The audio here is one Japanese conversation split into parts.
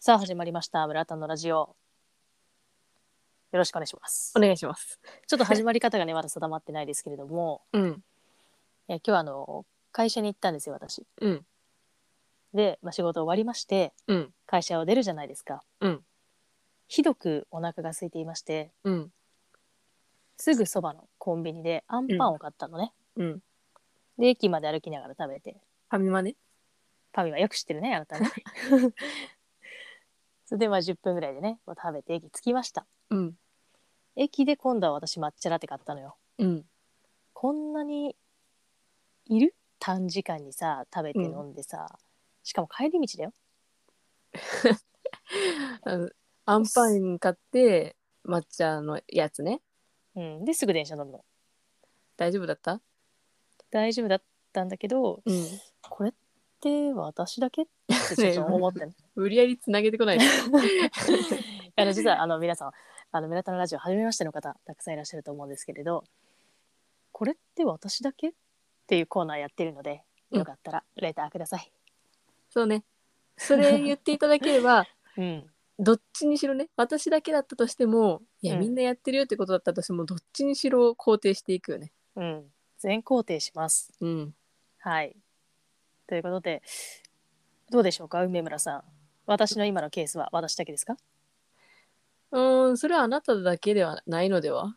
さあ始まりました村田のラジオよろしくお願いしますお願いします。ちょっと始まり方がねまだ定まってないですけれどもうん。いや今日はあの会社に行ったんですよ私うん。で、まあ、仕事終わりましてうん。会社を出るじゃないですかうんひどくお腹が空いていましてうん。すぐそばのコンビニでアンパンを買ったのね、うん。で駅まで歩きながら食べてファミマね。パミはよく知ってるねあなたね それでまあ10分ぐらいでねまあ食べて駅着きましたうん。駅で今度は私抹茶ラテ買ったのようん。こんなにいる短時間にさ食べてうん飲んでさ、しかも帰り道だよあのアンパン買って、抹茶のやつね。うん、ですぐ電車乗るの大丈夫だった大丈夫だったんだけどうん。これって私だけって ちょっと思ってんの無理やりつなげてこ ないで。あの実はあの皆さんあの「メラタのラジオ」初めましての方たくさんいらっしゃると思うんですけれどこれって私だけっていうコーナーやってるのでうんよかったらレターください、そうね。それ言っていただけれ ば、うん、どっちにしろね、私だけだったとしても、いや、うんみんなやってるよってことだったとしても、どっちにしろ肯定していくよね。うん、全肯定しますうん。はい。ということで、どうでしょうか、梅村さん。私の今のケースは私だけ ですかうーん、それはあなただけではないのでは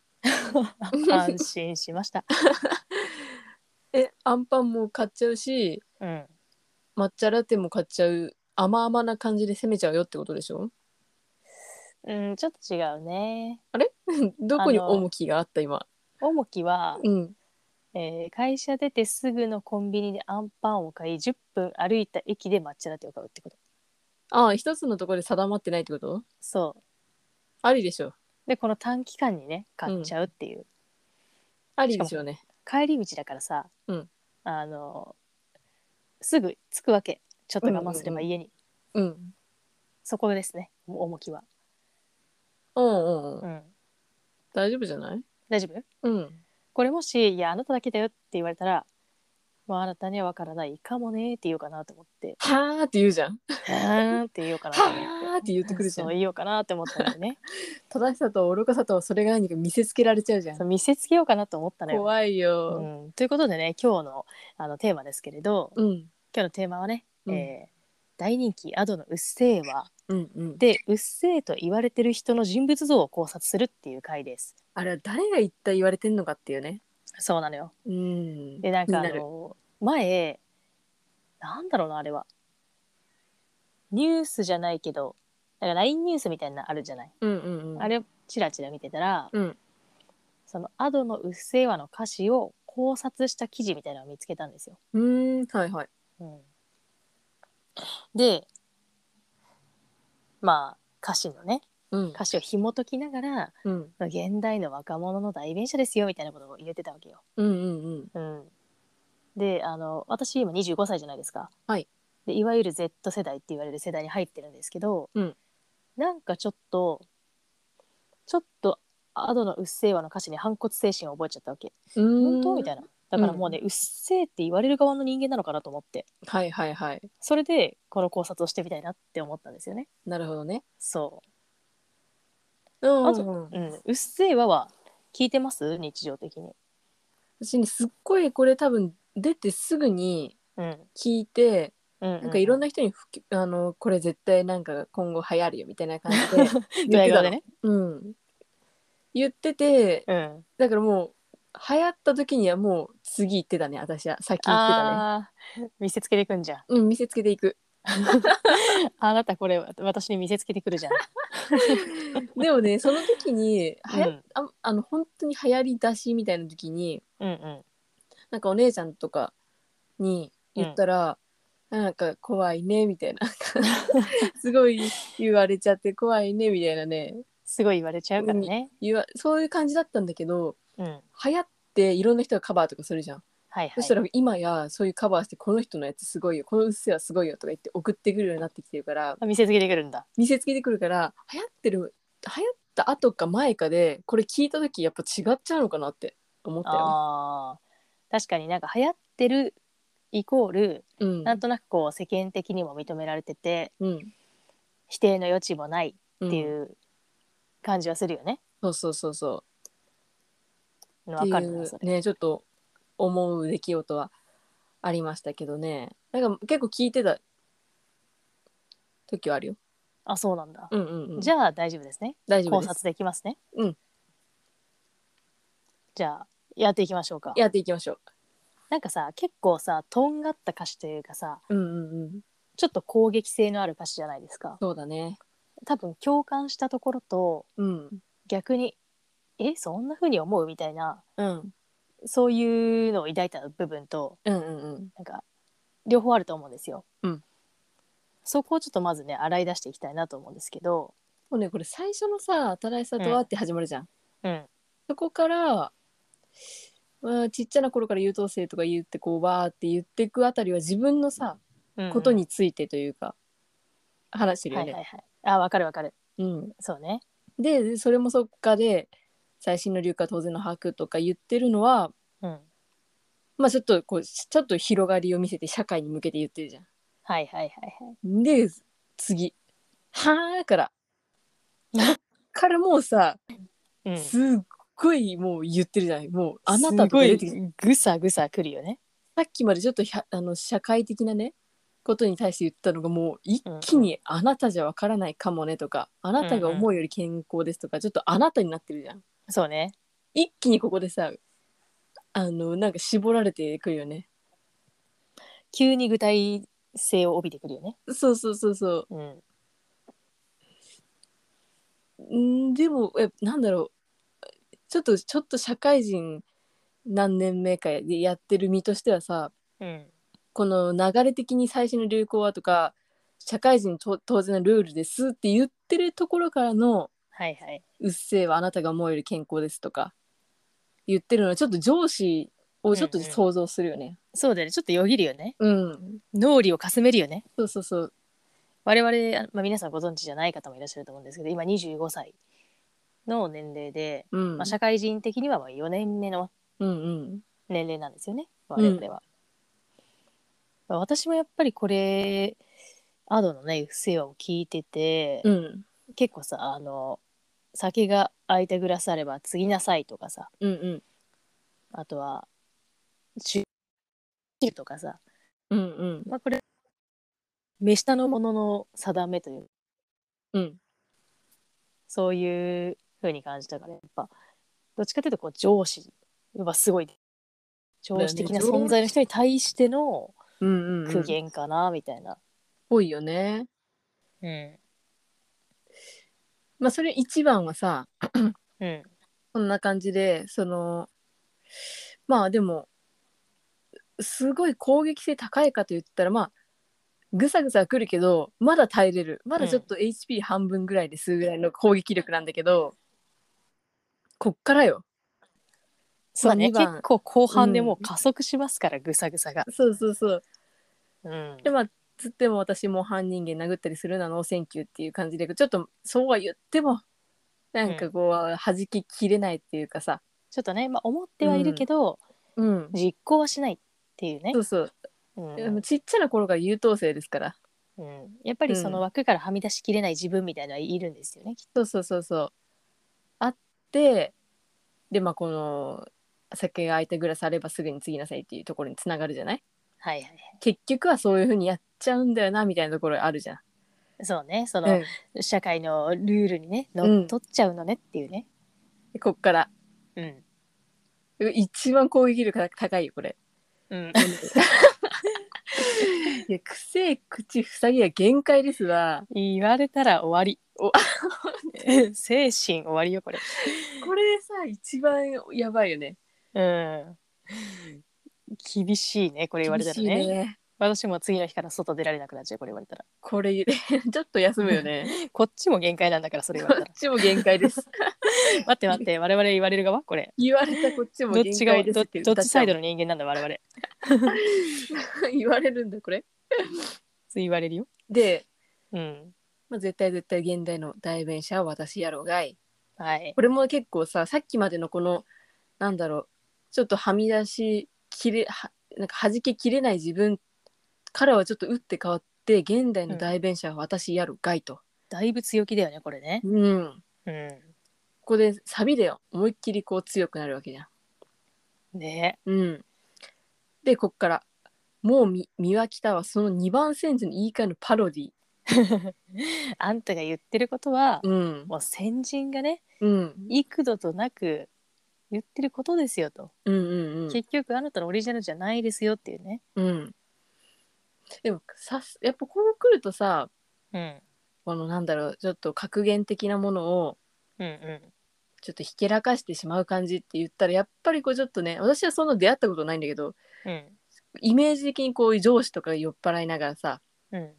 安心しました。え、アンパンも買っちゃうし、うん。抹茶ラテも買っちゃう、甘々な感じで攻めちゃうよってことでしょ うん、ちょっと違うね。どこに重きがあった今。重きは、うん。えー会社出てすぐのコンビニでアンパンを買い、10分歩いた駅で抹茶ラテを買うってこと。ああ、一つのところで定まってないってことそう。ありでしょう。で、この短期間にね、買っちゃうっていう。ありでしょうね。帰り道だからさ、うんあの、すぐ着くわけ。ちょっと我慢すれば家に。うん。そこですね、重きは。うんうんう。うんん。大丈夫じゃない大丈夫うん。これもし「いやあなただけだよ」って言われたら「まあ、あなたにはわからないかもね」って言おうかなと思ってはあって言うじゃん。 「はーん」って言おうかなと思って はあって言ってくるじゃそんう。言おうかなと思ったんだよ ね正しさと愚かさとそれが何か見せつけられちゃうじゃんそ。う見せつけようかなと思ったのよ。怖いうよ。ん、ということでね今日のあのテーマですけれどうん。今日のテーマはね、うんえー大人気アドの「うっせーわうんうん」。で「うっせー」と言われてる人の人物像を考察するっていう回です。あれは誰が言った言われてんのかっていうね。そうなのよ。うん。でなんかあ気にるの前なんだろうなあれはニュースじゃないけどなんか LINE ニュースみたいなのあるじゃない、うんうんうん。あれをチラチラ見てたら、うんそのアドの「うっせぇわ」の歌詞を考察した記事みたいなのを見つけたんですよ。うーん、はいはい。うん、でまあ歌詞のねうん。歌詞を紐解きながらうん現代の若者の代弁者ですよみたいなことを言ってたわけよ。うんうんうん。うん、であの私今25歳じゃないですか、はい、でいわゆる Z 世代って言われる世代に入ってるんですけど、うんなんかちょっとちょっとアドの「うっせぇわ」の歌詞に反骨精神を覚えちゃったわけうーん本当みたいなだからもうね、うっせぇって言われる側の人間なのかなと思ってはいはいはい。それでこの考察をしてみたいなって思ったんですよねなるほどね。そうんあとうんうんう、うん、うっせぇわは聞いてます日常的に私ねすっごいこれ多分出てすぐにうん聞いてうんなんかいろんなな人にふきあのこれ絶対なんか今後流行るよみたいな感じ でド言っヤ顔てたでのね、うん、言っててうん、だからもう流行った時にはもう次行ってたね私は先行ってたねああー見せつけていくんじゃんうん見せつけていくあなたこれ私に見せつけてく るじゃん。でもねその時にはや、うんああの本当に流行り出しみたいな時にうんうん。なんかお姉ちゃんとかに言ったら、なんか怖いねみたい なすごい言われちゃって怖いねみたいなねすごい言われちゃうからね。言わそういう感じだったんだけどうん。はい流行っていろんな人がカバーとかするじゃん、はい。そしたら今やそういうカバーしてこの人のやつすごいよこのうっせぇはすごいよとか言って送ってくるようになってきてるからあ見せつけてくるんだ。見せつけてくるから流行ってる流行った後か前かでこれ聞いた時やっぱ違っちゃうのかなって思ったよ、ああー。確かになんか流行ってるイコール、うんなんとなくこう世間的にも認められてて、うん否定の余地もないっっていう感じはするよね。そうそうそうそわう。っていかるなそうれ。ねちょっと思う出来事はありましたけどねなんか結構聞いてた時はあるよ。あそうなんだ。うんうんうん、じゃあ大丈夫ですね。大丈夫考です。察できますね。うん。じゃあやっていきましょうか。やっていきましょう。なんかさ結構さとんがった歌詞というかさうんうんうん、ちょっと攻撃性のある歌詞じゃないですか。そうだね。多分共感したところとうん逆にえそんな風に思うみたいなうんそういうのを抱いた部分とうんうんうんなんか両方あると思うんですよ。うんそこをちょっとまずね洗い出していきたいなと思うんですけど、もうねこれ最初のさ「新しさとは」って始まるじゃん。うん、そこから、まあ、ちっちゃな頃から優等生とか言ってこうわーって言っていくあたりは自分のさ、ことについてというか話してうんるうん、よはいね。はいはい。あわかるわかる。うん、そうね。ででそれもそっかで最新の流化当然の把握とか言ってるのは、うん。まあ、ちょっとこうちょっと広がりを見せて社会に向けて言ってるじゃはいはいはいはい。ん。で次「はー」からこっからもうさうん、すっごいもう言ってるじゃないもうあなたとか出てきてすごいぐさぐさくるよね。さっきまでちょっとひゃあの社会的なねことに対して言ったのがもう一気に「あなたじゃわからないかもね」とか「あなたが思うより健康です」とかちょっと「あなた」になってるじゃん。そうね。一気にここでさあのなんか絞られてくるよね。急に具体性を帯びてくるよね。そうそうそうそうん。うんでもえなんだろうちょっとちょっと社会人何年目かでやってる身としてはさうん。この流れ的に最新の流行はとか社会人と当然のルールですって言ってるところからのはいはい。うっせえはあなたが思うより健康ですとか言ってるのはちょっと上司をちょっと想像するよね。そうだよね。ちょっとよぎるよね。うん、脳裏をかすめるよね。そうそうそう。我々、あまあ、皆さんご存知じゃない方もいらっしゃると思うんですけど、今25歳の年齢で、うん、まあ、社会人的にはまあ4年目のうんうん年齢なんですよね。ん我々は。まあ私もやっぱりこれ、アドのね、不正話を聞いてて、うん結構さあの酒が空いたグラスあれば継ぎなさいとかさうんうんあとは中中とかさ、うんうんまあ、これ目下のものの定めといううんそういう風に感じたからやっぱどっちかというとこう上司はすごい上司的な存在の人に対してのうんうん苦言かなみたいな。ぽいよね。うんまあそれ一番はさうんそんな感じでそのまあでもすごい攻撃性高いかと言ったらまあぐさぐさは来るけどまだ耐えれるまだちょっと HP 半分ぐらいですぐらいの攻撃力なんだけど、こっからよそうね二番結構後半でもう加速しますから、ぐさぐさが。そうそうそううんでまあつっても私も半人間殴ったりするなのセンキューっていう感じでちょっとそうは言ってもなんかこう、弾ききれないっていうかさちょっとね、まあ、思ってはいるけど、うん実行はしないっていうねそ、うそう、でもうちっちゃな頃から優等生ですからんうん、やっぱりその枠からはみ出しきれない自分みたいなのはいるんですよねきっそうそうそうそう。あってでまあこの酒が空いたグラスあればすぐに次ぎなさいっていうところにつながるじゃないとはいはいは結局はそういうふうにやっちゃうんだよなみたいなところあるじゃん。いそうねそうんの、社会のルールにねのっとっちゃうのねっていうね、でこっからうん一番攻撃力が高いよこれ。うん、いや癖口塞ぎは限界ですわ。言われたら終わり 精神終わりよこれこれさ一番やばいよね。うん厳しいねこれ言われたら厳しねいね私も次の日から外出られなくなっちゃうこれ言われたらこれ ちょっと休むよね。 こっちも限界なんだからそれ言わこれた らっちも限界です。待って待って我々言われる側これ言われたこっちもどっ限ちが界でどすどっちサイドの人間なんだ我々 言われるんだこれ。そう言われるよで、うんまあ、絶対絶対現代の代弁者は私やろうがいはいこれも結構ささっきまでのこのなんだろうちょっとはみ出しきれはなんか弾けきれない自分からはちょっと打って変わって現代の代弁者は私やろうがいと、だいぶ強気だよねこれね。うん。うん、ここでサビで思いっきりこう強くなるわけじゃん。ねうん。で、こっから、もうみ見は来たはその2番センチの言い換えのパロディ。あんたが言ってることは、うん。もう先人がねうん。幾度となく言ってることですよと、うんうんうん。結局あなたのオリジナルじゃないですよっていうね。うん。でもさす、やっぱこう来るとさ、うんこのなんだろう、ちょっと格言的なものを、うんうんちょっとひけらかしてしまう感じって言ったら、やっぱりこうちょっとね、私はそんな出会ったことないんだけど、うんイメージ的にこういう上司とかが酔っ払いながらさ、うん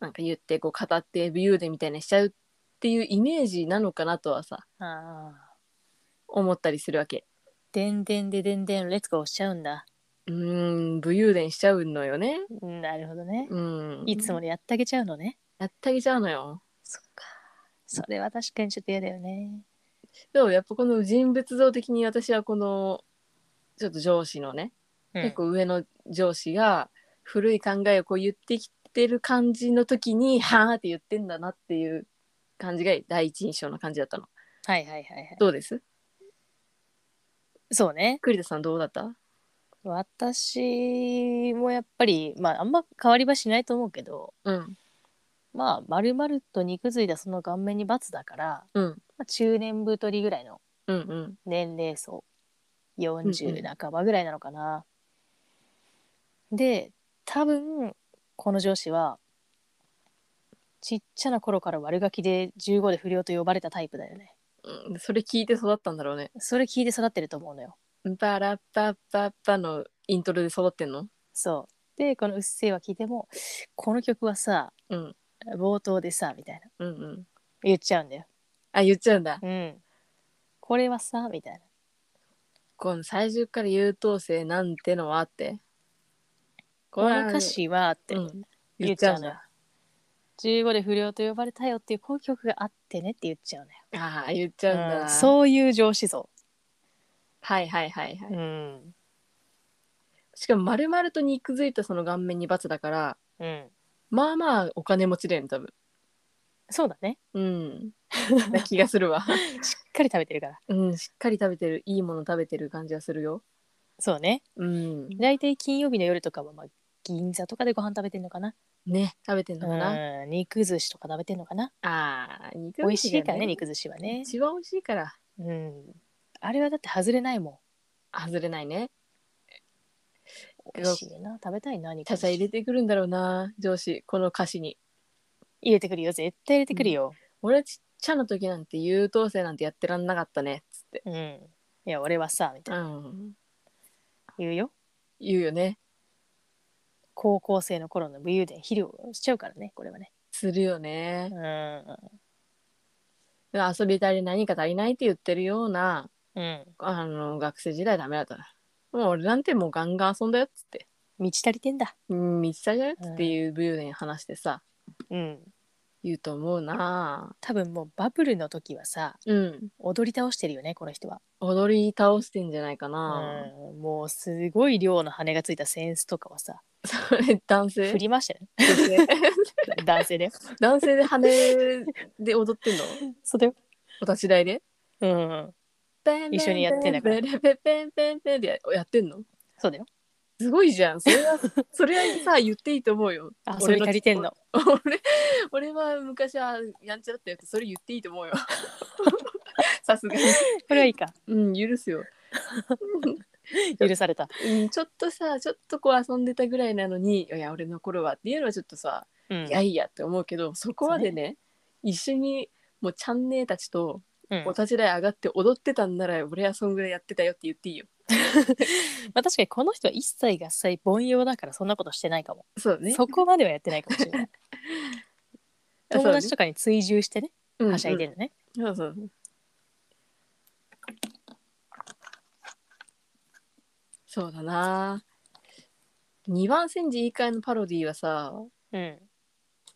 なんか言ってこう語って武勇伝みたいにしちゃうっていうイメージなのかなとはさ、ああ思ったりするわけ。でんでんででんでんレッツゴーしちゃうんだうーん、武勇伝しちゃうのよね。なるほどね、うん。いつものやってあげちゃうのねやってあげちゃうのよ。そっかそれは確かにちょっと嫌だよねでもやっぱこの人物像的に私はこの、ちょっと上司のね、結結構上の上司が古い考えをこう言ってきてる感じの時に、はーって言ってんだなっていう感じが第一印象の感じだったの。はいはいはいはいどうですそうね栗田さんどうだった私もやっぱりまああんま変わりはしないと思うけどうん。まあ丸々と肉づいたその顔面に罰だから、うん。まあ、中年太りぐらいのうんうん。年齢層うんう40ん半ばぐらいなのかな。で多分この上司はちっちゃな頃から悪ガキで15で不良と呼ばれたタイプだよね。うんそれ聞いて育ったんだろうね。それ聞いて育ってると思うのよ。バラッパッパッパのイントロで育ってんのそうでこの「うっせぇわ」聞いてもこの曲はさうん。冒頭でさみたいなうんうん。言っちゃうんだよ。あ、言っちゃうんだ。うん。これはさみたいな。この最初から優等生なんてのはって。この歌詞はってうん言言っっちちゃゃううののよよ。 15で不良と呼ばれたよっていうこういう曲があってねって言っちゃうのよ。ああ、言っちゃうんだ。うんそういう上司像、はいはいはいはい。んしかも丸々と肉づいたその顔面に罰だから、うん、まあまあお金持ちだよね、多分。そうだね うん。な気がするわ。しっかり食べてるからうん、しっかり食べてる、いいもの食べてる感じがするよ。そうねうん。大体金曜日の夜とかは、まあ、銀座とかでご飯食べてんのかなね、食べてんのかな。うん肉寿司とか食べてんのかなああ、肉美味しいからね肉肉寿司はね、一番美味しいからうん、あれはだって外れないも外れないねん美味しいな食べたいな肉ちゃ寿ちゃ入司れてくるんだろうな上司この歌詞に入れてくるよ絶対入れてくるよ、俺ちっちゃな時なんて優等生なんてやってらんなかったねっつってうんいや俺はさみたいうなん言うよ言うよね高校生の頃の武勇伝肥料しちゃうからねこれはねするよねう遊び足り何か足りないって言ってるようなうんんあの学生時代ダメだったなもう俺なんてもうガンガン遊んだよっつって満ち足りてんだうん道足りないっつっていう武勇伝話してさうん言うと思うな多分もうバブルの時はさうん踊り倒してるよねこの人は、踊り倒してんじゃないかな、うんもうすごい量の羽がついたセンスとかはさそれ 男性振りましたよね女性男性で男性で羽で踊ってんのそうだよ、お立ち台でうん、一緒にやってんだからペンペンペンペンペンでやってんのそうだよすごいじゃんそれはそれはさ言っていいと思うよあそれ借りてんの俺俺は昔はやんちゃだったやつそれ言っていいと思うよさすがにこれはいい かうん許すよ、許された、うん、ちょっとさちょっとこう遊んでたぐらいなのにいや俺の頃はっていうのはちょっとさ、うんいやいやって思うけどそこまでね一緒にもうチャンネーたちとうんおま立ち台上がって踊ってたんなら俺はそんぐらいやってたよって言っていいよ。あ、確かにこの人は一切合切凡庸だからそんなことしてないかも、そうね。そこまではやってないかもしれ ないそうね友達とかに追従してねうんはしゃいでるね、うんそうそうそうだな。2番煎じ言い換えのパロディはさうん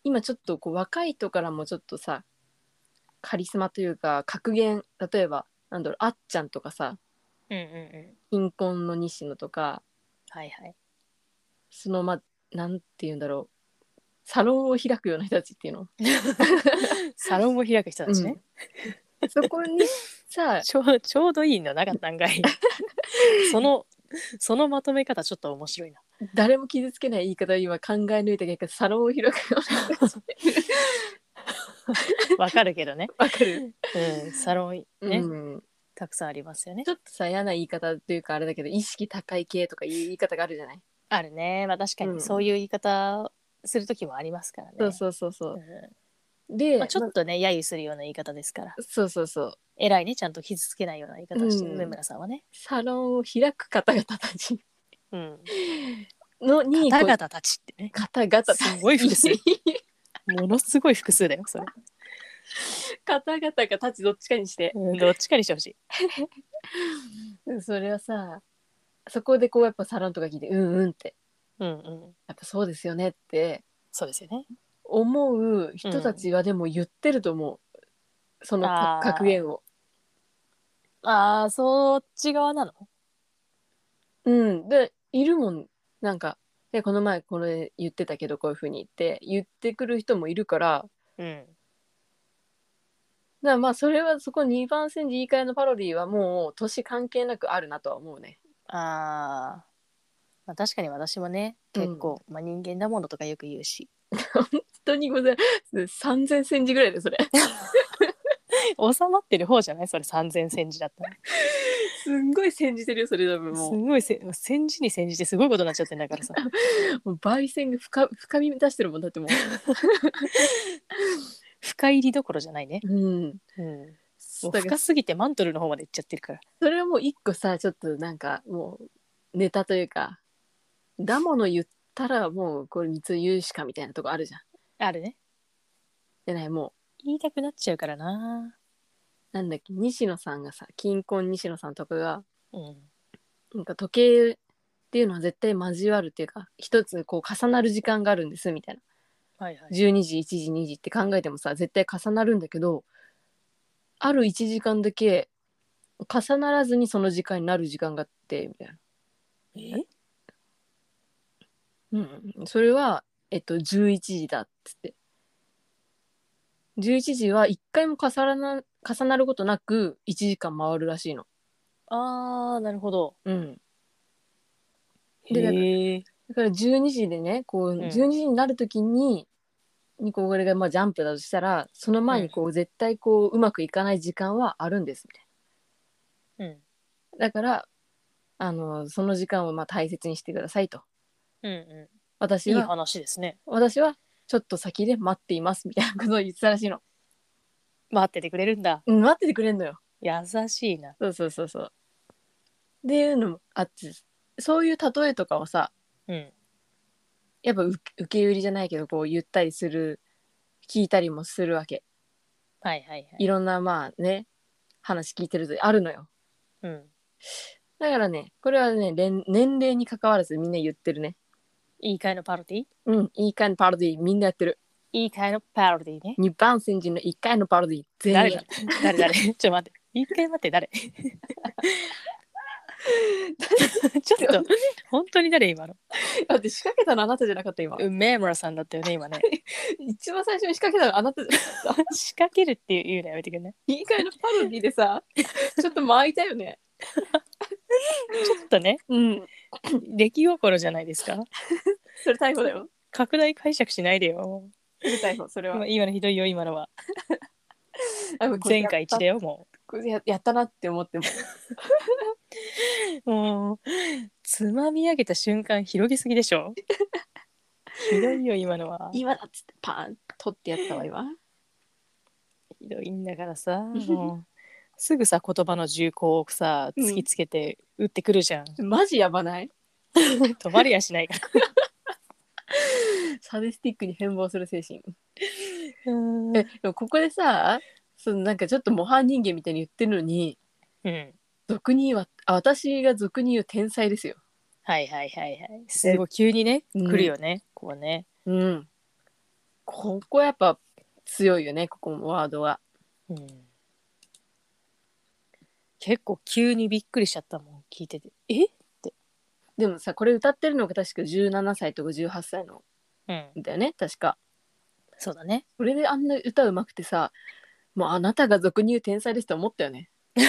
今ちょっとこう若い人からもちょっとさカリスマというか格言例えばなんだろうあっちゃんとかさうんうんうん貧困の西野とかはいはいそのまなんて言うんだろうサロンを開くような人たちっていうの、サロンを開く人たちね、そこにさ ちょうちょうどいいのなかったん かいそのそのまとめ方ちょっと面白いな誰も傷つけない言い方を今考え抜いた結果サロンを開くような人たち わかるけどね、わかる、うん、サロンね、うんたくさんありますよねちょっとさ嫌な言い方っていうかあれだけど意識高い系とかいう言い方があるじゃない、あるねまあ確かうにんそういう言い方する時もありますからね、そうそうそうそううで、んまあ、ちょまっとね揶揄するような言い方ですからあそうそうそう偉いねちゃんと傷つけないような言い方をしてる、うん梅村さんはね、サロンを開く方々たちうん、のに方々こたちってねう方々たちすごい複数ものすごい複数だよそれ、 方々がたちどっちかにしてうん、どっちかにしてほしいそれはさそこでこうやっぱサロンとか聞いてうんうんってうんうんやっぱそうですよねってそうですよね思う人たちはでも言ってると思う、そのあー格言を。ああそっち側なのうん、でいるもんなんかでこの前これ言ってたけどこういうふうに言って言ってくる人もいるからうんだからまあそれはそこ2番線で言い換えのパロディはもう年関係なくあるなとは思うね。あーまあ確かに私もね結構、まあ、人間だものとかよく言うし 本当にございます3000センチぐらいでそれ。収まってる方じゃないそれ3,000戦時だったら すんごい煎じてるよそれ多分すもう。ごいせ戦時に戦時ってすごいことになっちゃってんだから さもう焙煎が深深み出してるもんだっても深入りどころじゃないね、う。うん。うん、もうだから深すぎてマントルの方まで行っちゃってるからそれはもう一個さちょっとなんかもうネタというかだもの言ったらもうこれ三つ言うしかみたいなとこあるじゃん。あるねでないも言いたくなっちゃうからなうなんだっけ西野さんがさ金婚西野さんとかがうんなんか時計っていうのは絶対交わるっていうか一つこう重なる時間があるんですみたいなはいはい12時1時2時って考えてもさ絶対重なるんだけどある1時間だけ重ならずにその時間になる時間があってみたいな。えうん、それは、えっと、11時だっつって11時は1回も重な重なることなく1時間回るらしいの、あーなるほどうん、へでだからえだから12時でねこううん12時になる時に,、にこうこれがまあジャンプだとしたらその前にこう絶対こううまくいかない時間はあるんですみたいうんなだからあのその時間をまあ大切にしてくださいとうんう私んいいは話ですね私はちょっと先で待っていますみたいなことを言ってたらしいの、待っててくれるんだうん、待っててくれんのよ優しいなそうそうそうそう。っていうのもあってそういう例えとかをさうんやっぱ受け受け売りじゃないけどこう言ったりする聞いたりもするわけはいはいはいいろんなまあね話聞いてるとあるのようんだからねこれはね年年齢に関わらずみんな言ってるねいい会のパロディうんいい回のパロディみんなやってるいい会のパロディね2番煎じの1回のパロディ全誰員だ誰誰 ちょっと待って一回待って誰 ちょっと本当に誰今のだって仕掛けたのあなたじゃなかった今梅村さんだったよね 今ね一番最初に仕掛けたのあなたじゃ なかった仕掛けるっていうのやめてくれないいい回のパロディでさちょっと巻いたよねちょっとねうん出来心じゃないですかそれ逮捕だよ拡大解釈しないでよそれ逮捕それは今今のひどいよ今のはあこれ前回一だよもこれややったなって思ってもうもうつまみ上げた瞬間広げすぎでし ょひどいよ今のは今だっつってパーン取ってやったわ今ひどいんだからさもうすぐさ言葉の重厚をさうん突きつけて打ってくるじゃん、マジやばない止まりやしないからサディスティックに変貌する精神 うんえでもここでさそのなんかちょっと模範人間みたいに言ってるのに俗に言うわあ私が俗に言う天才ですよはいはいはいはいすごい急にねうん来るよね、こうねうんここやっぱ強いよねここもワードはうん結構急にびっくりしちゃったもん聞いててえでもさこれ歌ってるのが確か17歳とか18歳のうん、だよね確かそうだね。それであんな歌うまくてさもうあなたが俗に言う天才ですと思ったよね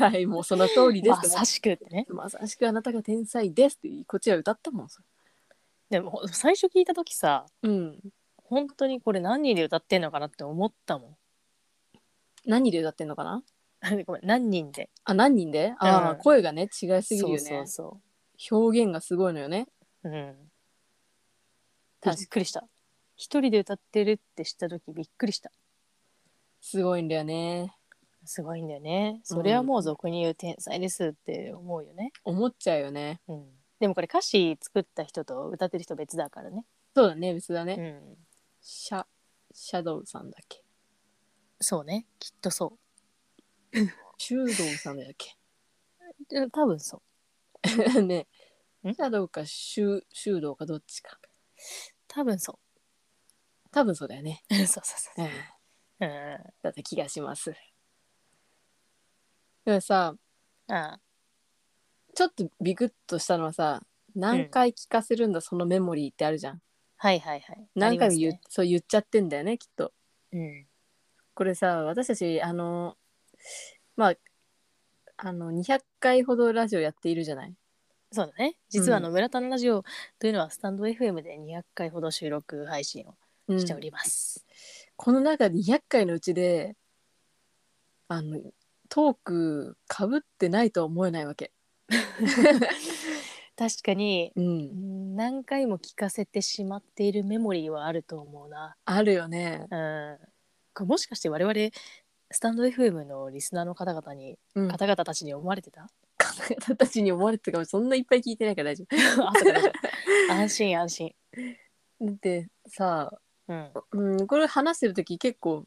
はいもうその通りですまと思っさしくってね。てまさしくあなたが天才ですってこっちは歌ったもんそでもほ最初聞いた時されうん本当にこれ何人で歌ってんのかなって思ったもん。何で歌ってんのかなごめん 何人で。あ何人でああ、うん声がね違いすぎるよねそうそう表現がすごいのよねそう。うん。び確かっくりした。一人で歌ってるって知った時びっくりした。すごいんだよねすごいんだよね。それはもう俗に言う天才ですって思うよね。思っちゃうよねうん。でもこれ歌詞作った人と歌ってる人別だからね。そうだね別だね、うん。シャシャドウさんだっけそうね。きっとそシュードウさんだっけう。うん多分そう。 ねシんャドウかシュシュードウかどっちか多分そう。多分そうだよね、そう そうそうそうんう。うん。だった気がしますでもさあちょっとビクッとしたのはさ何回聞かせるんだ、そのメモリーってあるじゃんはいはいはい。何回も言,、ありそう言っちゃってんだよねきっとますねこれさ私たちあのまああの200回ほどラジオやっているじゃないうん。そうだね。実はあの、う村田のラジオというのはスタンド FM で200回ほど収録配信をしております。この中で200回のうちであのトークかぶってないとは思えないわけ、確かにうん、何回も聞かせてしまっているメモリーはあると思うな。あるよね、うん、これもしかして我々スタンド FM のリスナーの方々に、うん、方方 々たちに思われてた 々たちに思われてたかもそんないっぱい聞いてないから大丈あそう かそうか安心安心。夫だってさ、うん、うん、これ話してる時結構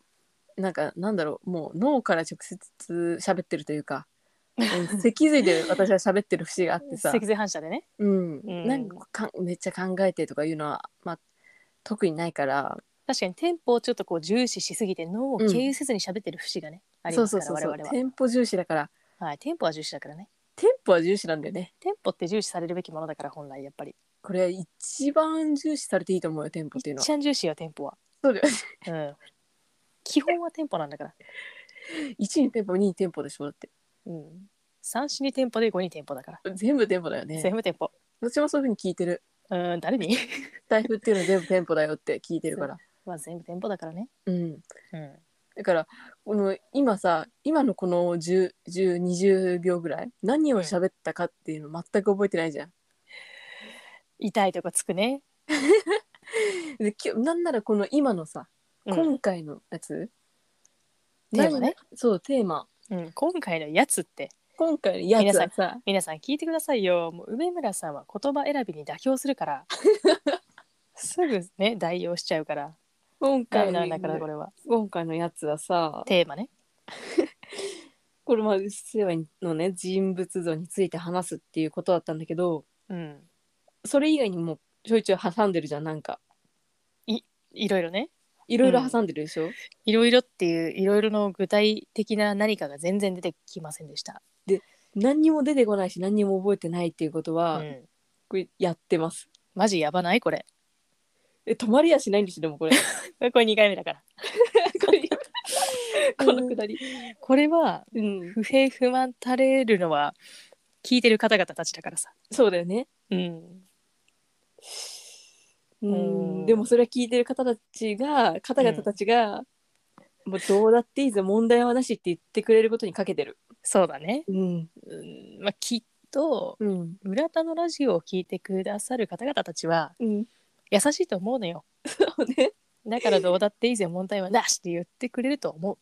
なんかなんだろうもう脳から直接喋ってるというか うん脊髄で私は喋ってる節があってさ脊髄反射でね。うん、うんなんかこうかんめっちゃ考えてとかいうのは、まあ、特にないから確かにテンポをちょっとこう重視しすぎて脳を経由せずに喋ってる節がね、ありそうますそうからそ我うそ々うは。テンポ重視だからはい、テンポは重視だからね。テンポは重視なんだよねテンポって重視されるべきものだから本来やっぱり。これ一番重視されていいと思うよテンポっていうのは一番重視よテンポは。そうだようん。基本はテンポなんだから。 1にテンポ2にテンポでしょだってうん。三四にテンポで五にテンポだから。全部テンポだよね全部テンポ。どっちもそういうふうに聞いてるうん、誰 に財布っていうのは全部テンポだよって聞いて るからまあ全部テンポだからね。うんうん。だからこの今さ今のこの1020秒ぐらい何を喋ったかっていうの全く覚えてないじゃん痛いとこつくね。できなんならこの今のさ今回のやつ、テーマね何そうテーマうん、うん今回のやつって今回のやつはさ皆さん聞いてくださいよ。もう梅村さんは言葉選びに妥協するから。 すぐね代用しちゃうから。今ダメ回なんだからのこれは。今回のやつはさテーマね。これまあ世話のね人物像について話すっていうことだったんだけどうん。それ以外にもちょいちょい挟んでるじゃんなんかいろいろね。いろいろ挟んでるでしょ、いろいろっていういろいろの具体的な何かが全然出てきませんでした。何にも出てこないし何にも覚えてないっていうことうは、ん、これやってますマジやばないこれ。え止まりやしないんですよで もこれこれ2回目だから。これこのくだりこれはうん不平不満垂れるのは聞いてる方々たちだからさ。そうだよねうん。うんうんでもそれは聞いてる方たちが方々たちが、もうどうだっていいぞ問題はなしって言ってくれることにかけてる。そうだね。うんうん、まあきっとうん村田のラジオを聞いてくださる方々たちはうん、 優しいと思うのよ。そうねだからどうだっていいぜ問題はなしって言ってくれると思う。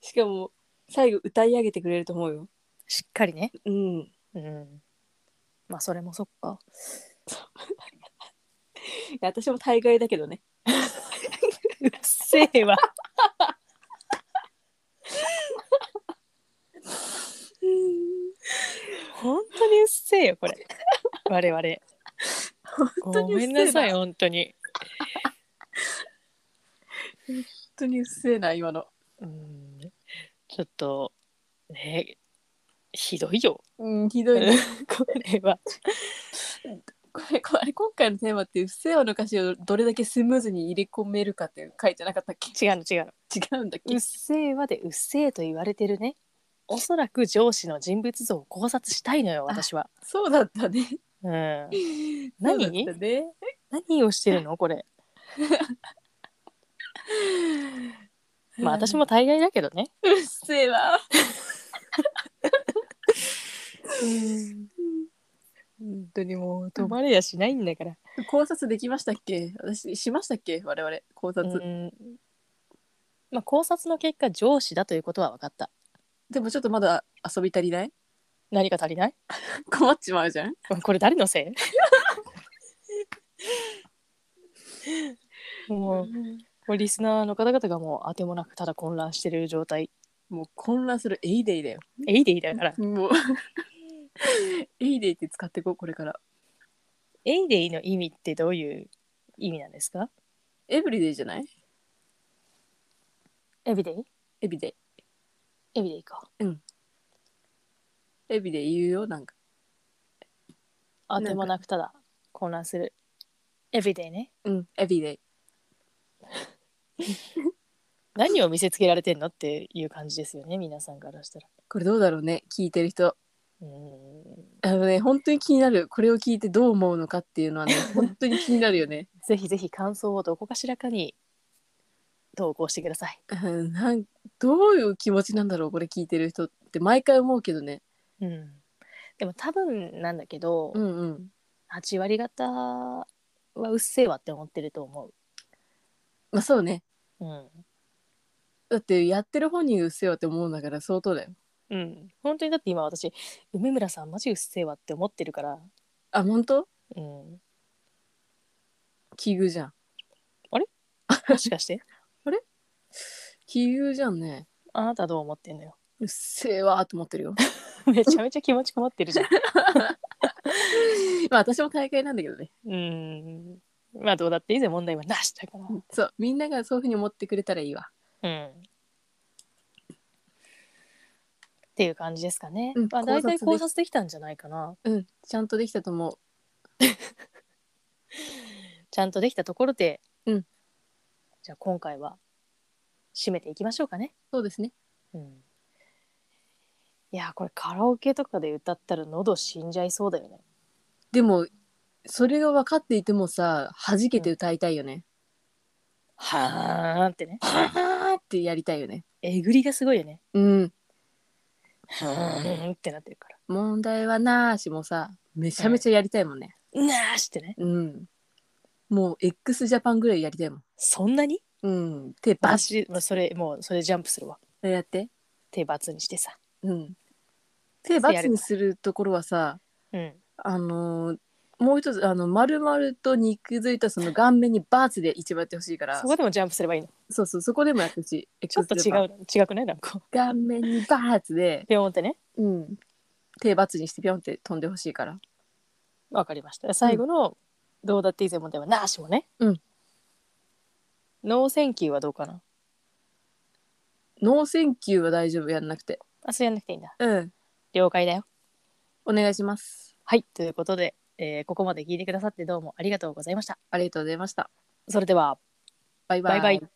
しかも最後歌い上げてくれると思うよ。しっかりね。うん、うん。まあそれもそっか。いや私も大概だけどねうっせえわ。本当にうっせえよこれ我々本当ごにうめっせえんななさい本当に本当にうっせえな今の。うんちょっとねひどいようん、ひどいいねね。これはこれこれ今回のテーマって「不正和の歌詞をどれだけスムーズに入れ込めるか」って書いてなかったっけ 違うの違うの。違うんだっけうっせえわでうっせえと言われてるね。おそらく上司の人物像を考察したいのよ私は。そうだったね。 うん。そ何うだったね何をしてるのこれ。まあ私も大概だけどね。うっせえわ。本当にもう止まれやしないんだから。考察できましたっけ私しましたっけ我々考察、うんまあ考察の結果上司だということは分かった。でもちょっとまだ遊び足りない何か足りない？困っちまうじゃんこれ誰の せい？もうもうリスナーの方々がもう当てもなくただ混乱してる状態。もう混乱するエイデイだよエイデイだから。もうエイデイって使ってこうこれからエイデイの意味ってどういう意味なんですか？エブリデイじゃないエビデイ？エビデイエビデイか。エビデイ言うよなんか当てもなくただ混乱する。エビデイね。うんエビデイ何を見せつけられてんのっていう感じですよね皆さんからしたら。これどうだろうね聞いてる人うーんあのね本当に気になるこれを聞いてどう思うのかっていうのはね本当に気になるよねぜひぜひ感想をどこかしらかに投稿してください。うんなんどういう気持ちなんだろうこれ聞いてる人って毎回思うけどねうん、でも多分なんだけど、うんうん8割方はうっせえわって思ってると思まあそうねう。うんだってやってる本人がうっせえわって思うんだから相当だようん、本当にだって今私梅村さんマジうっせえわって思ってるから、あ本当うん、奇遇じゃんもしかして奇遇じゃんねあなたどう思ってんのよ うっせえわーと思ってるよ めちゃめちゃ気持ちこもってるじゃんまあ私も大会なんだけどねうんまあどうだって以前問題はなしだからそうみんながそういうふうに思ってくれたらいいわうんっていう感じですかね、うんまあ、大体考察で考察できたんじゃないかなうんちゃんとできたと思うちゃんとできたところで、うんじゃあ今回は締めていきましょうかねそうですねうんいやーこれカラオケとかで歌ったら喉死んじゃいそうだよねでもそれが分かっていてもさ弾けて歌いたいよね、はーんってねはー ってやりたいよねえぐりがすごいよねうんはーんってなってるか問題はなーしもさめちゃめちゃやりたいもんねらなーしってねうんもう x ジャパンぐらいやりたいもんそんなにうん手ババッシまあそれもうそれジャンプするわとやって手バツにしてさうん手バツにするところはさうんあのーもう一つあの丸々と肉づいたその顔面にバーツで一番やってほしいからそこでもジャンプすればいいのそうそうそこでもやってほしいエクちょソっとス違レバーう違くないなんか顔面にバーツでピョーンってねうん、手バツにしてピョンって飛んでほしいからわかりました最後の「どうだって以前問題はなーし」もねうんノーセンキューはどうかなノーセンキューは大丈夫やんなくてあそれやんなくていいんだうん了解だよお願いしますはい、ということで、えーここまで聞いてくださってどうもありがとうございました。ありがとうございましたそれでは、バイバイバイバイ。